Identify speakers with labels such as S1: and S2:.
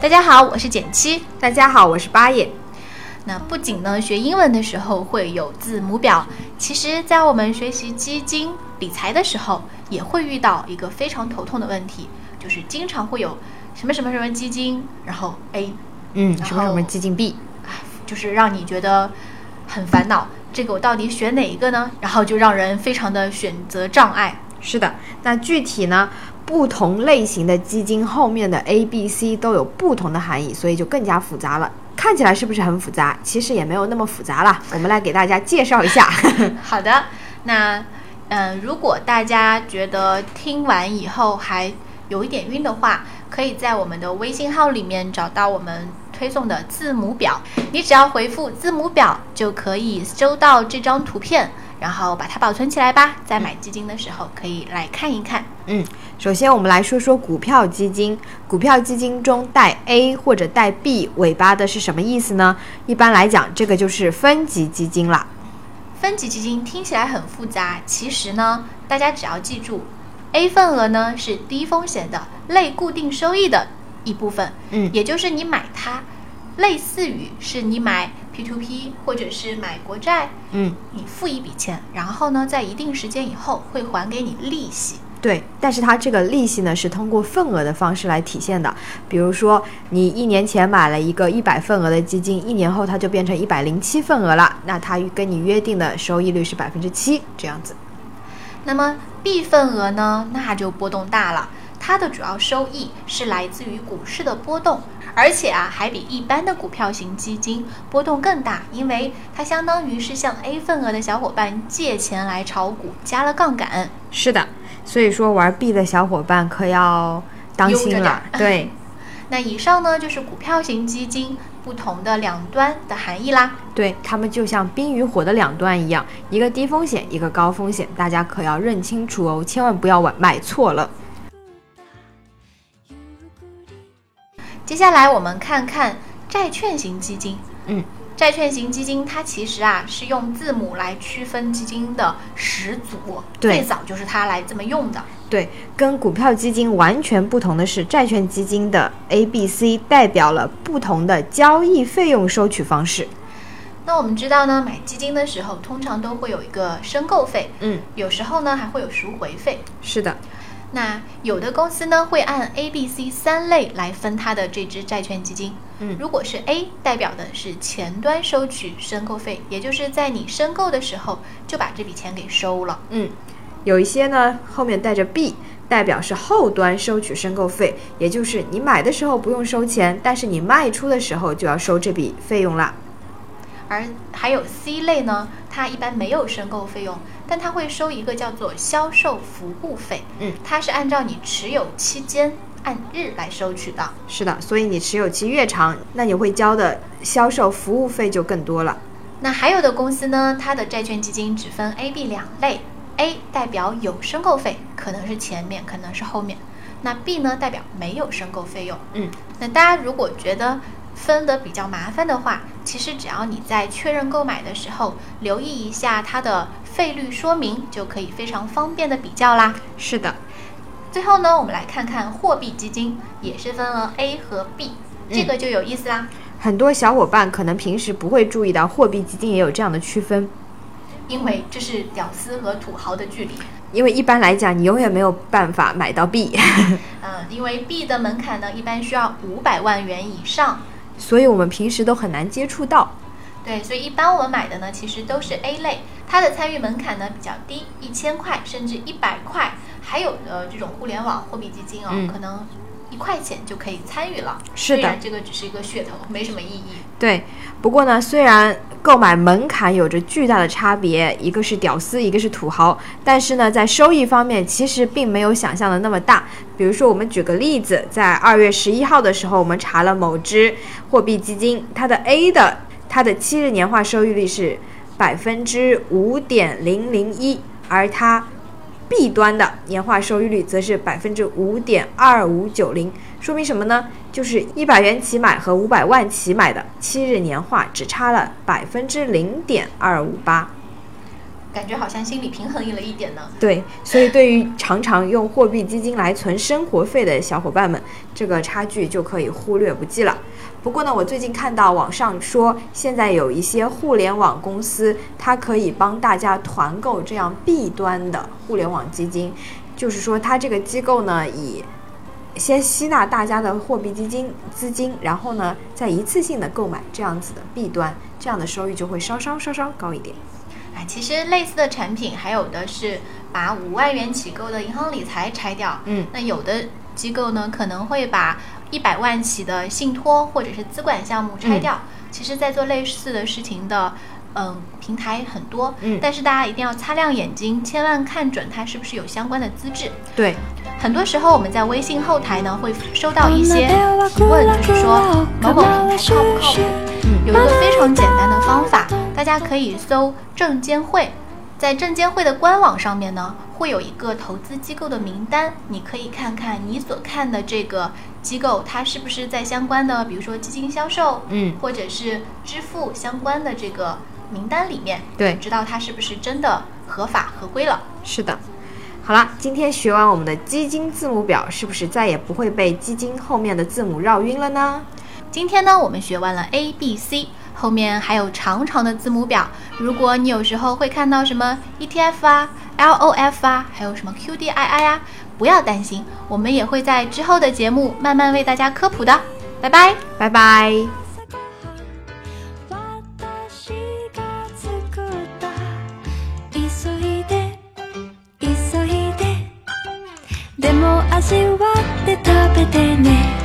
S1: 大家好，我是减七。
S2: 大家好，我是八也。
S1: 那不仅呢，学英文的时候会有字母表，其实，在我们学习基金理财的时候，也会遇到一个非常头痛的问题，就是经常会有什么什么什么基金，然后 A，
S2: 嗯，
S1: 然
S2: 什么什么
S1: 后啊
S2: 基金 B，
S1: 就是让你觉得很烦恼，这个我到底选哪一个呢？然后就让人非常的选择障碍。
S2: 是的。那具体呢，不同类型的基金后面的 A、B、C 都有不同的含义，所以就更加复杂了。看起来是不是很复杂？其实也没有那么复杂啦。我们来给大家介绍一下。
S1: 嗯好的，那嗯、呃如果大家觉得听完以后还有一点晕的话，可以在我们的微信号里面找到我们推送的字母表，你只要回复字母表就可以收到这张图片，然后把它保存起来吧，在买基金的时候可以来看一看。
S2: 嗯，首先我们来说说股票基金。股票基金中带 A 或者带 B 尾巴的是什么意思呢？一般来讲，这个就是分级基金啦。
S1: 分级基金听起来很复杂，其实呢，大家只要记住，A 份额呢是低风险的类固定收益的一部分，
S2: 嗯
S1: 也就是你买它，类似于是你买 P2P 或者是买国债，
S2: 嗯，
S1: 你付一笔钱，然后呢，在一定时间以后会还给你利息。
S2: 对，但是它这个利息呢是通过份额的方式来体现的。比如说，你一年前买了一个一百份额的基金，一年后它就变成一百零七份额了，那它跟你约定的收益率是百分之七这样子。
S1: 那么 B 份额呢，那就波动大了。它的主要收益是来自于股市的波动，而且啊，还比一般的股票型基金波动更大，因为它相当于是向 A 份额的小伙伴借钱来炒股，加了杠杆。
S2: 是的，所以说玩 B 的小伙伴可要当
S1: 悠着
S2: 心
S1: 点
S2: 啊 了
S1: 儿。
S2: 对。
S1: 那以上呢，就是股票型基金不同的两端的含义啦。
S2: 对，它们就像冰与火的两端一样，一个低风险，一个高风险，大家可要认清楚哦，千万不要买买错了。
S1: 接下来我们看看债券型基金。
S2: 嗯，
S1: 债券型基金它其实啊是用字母来区分基金的始祖，
S2: 对
S1: 最早就是它来这么用的。
S2: 对，跟股票基金完全不同的是，债券基金的 A、B、C 代表了不同的交易费用收取方式。
S1: 那我们知道呢，买基金的时候通常都会有一个申购费，
S2: 嗯，
S1: 有时候呢还会有赎回费。
S2: 是的，
S1: 那有的公司呢会按 A、B、C 三类来分它的这支债券基金。
S2: 嗯
S1: 如果是 A 代表的是前端收取申购费，也就是在你申购的时候就把这笔钱给收了。
S2: 嗯，有一些呢后面带着 B，代表是后端收取申购费，也就是你买的时候不用收钱，但是你卖出的时候就要收这笔费用啦。
S1: 而还有 C 类呢，它一般没有申购费用，但它会收一个叫做销售服务费。
S2: 嗯，
S1: 它是按照你持有期间按日来收取的。
S2: 是的，所以你持有期越长，那你会交的销售服务费就更多了。
S1: 那还有的公司呢，它的债券基金只分 A、B 两类，A 代表有申购费，可能是前面，可能是后面；那 B 呢，代表没有申购费用。
S2: 嗯，
S1: 那大家如果觉得分的比较麻烦的话，其实只要你在确认购买的时候留意一下它的费率说明，就可以非常方便的比较啦。
S2: 是的，
S1: 最后呢，我们来看看货币基金，也是分了 A 和 B，这个就有意思啦。
S2: 很多小伙伴可能平时不会注意到，货币基金也有这样的区分。
S1: 因为这是屌丝和土豪的距离。
S2: 因为一般来讲，你永远没有办法买到币，
S1: 嗯，因为 B 的门槛呢，一般需要五百万元以上。
S2: 所以我们平时都很难接触到。
S1: 对，所以一般我们买的呢，其实都是 A 类，它的参与门槛呢比较低，一千块甚至一百块。还有的这种互联网货币基金哦，
S2: 嗯
S1: 可能一块钱就可以参与了。
S2: 是
S1: 虽
S2: 的
S1: 然，这个只是一个噱头，没什么意义。
S2: 对。不过呢，虽然购买门槛有着巨大的差别，一个是屌丝，一个是土豪，但是呢，在收益方面其实并没有想象的那么大。比如说，我们举个例子，在二月十一号的时候，我们查了某只货币基金，它的 A 的它的七日年化收益率是百分之五点零零一，而它 B 端的年化收益率则是百分之五点二五九零，说明什么呢？就是一百元起买和五百万起买的七日年化只差了百分之零点二五八。
S1: 感觉好像心理平衡了一点呢。
S2: 对，所以对于常常用货币基金来存生活费的小伙伴们，这个差距就可以忽略不计了。不过呢，我最近看到网上说，现在有一些互联网公司，它可以帮大家团购这样 B 端的互联网基金，就是说它这个机构呢以。先吸纳大家的货币基金资金，然后呢，再一次性的购买这样子的 B 端，这样的收益就会稍稍稍稍高一点。
S1: 哎，其实类似的产品还有的是把五万元起购的银行理财拆掉，
S2: 嗯，
S1: 那有的机构呢可能会把一百万起的信托或者是资管项目拆掉。其实，在做类似的事情的，嗯，平台很多，
S2: 嗯
S1: 但是大家一定要擦亮眼睛，千万看准它是不是有相关的资质。
S2: 对，
S1: 很多时候我们在微信后台呢会收到一
S3: 一
S1: 些
S3: 些
S1: 提
S3: 提
S1: 问
S3: 问，，
S1: 就
S3: 就是是
S1: 说
S3: 说
S1: 某
S3: 某
S1: 某
S3: 某
S1: 平台靠不
S3: 平台靠不
S1: 靠
S3: 靠
S1: 谱
S3: 谱？？
S1: 有一个非常简单的方法，大家可以搜证监会，在证监会的官网上面呢，会有一个投资机构的名单，你可以看看你所看的这个机构，它是不是在相关的，比如说基金销售，
S2: 嗯，
S1: 或者是支付相关的这个名单里面，
S2: 对
S1: 知道它是不是真的合法合规了。
S2: 是的。好啦，今天学完我们的基金字母表，是不是再也不会被基金后面的字母绕晕了呢？
S1: 今天呢，我们学完了 A、B、C，后面还有长长的字母表。如果你有时候会看到什么 ETF 啊、LOF 啊，还有什么 QDII 啊，不要担心，我们也会在之后的节目慢慢为大家科普的。拜拜。
S2: 拜拜。
S3: 私が作った「急いで急いで」「でも味わって食べてね」